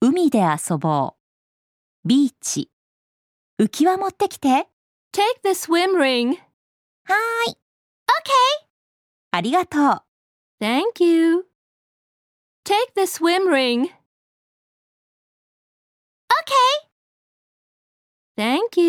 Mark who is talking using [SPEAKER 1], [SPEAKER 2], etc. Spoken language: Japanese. [SPEAKER 1] 海で遊ぼう。ビーチ。浮き輪持ってきて。
[SPEAKER 2] Take the swim ring.
[SPEAKER 1] はーい。OK! ありがとう。
[SPEAKER 2] Thank you. Take the swim ring. Okay. Thank you.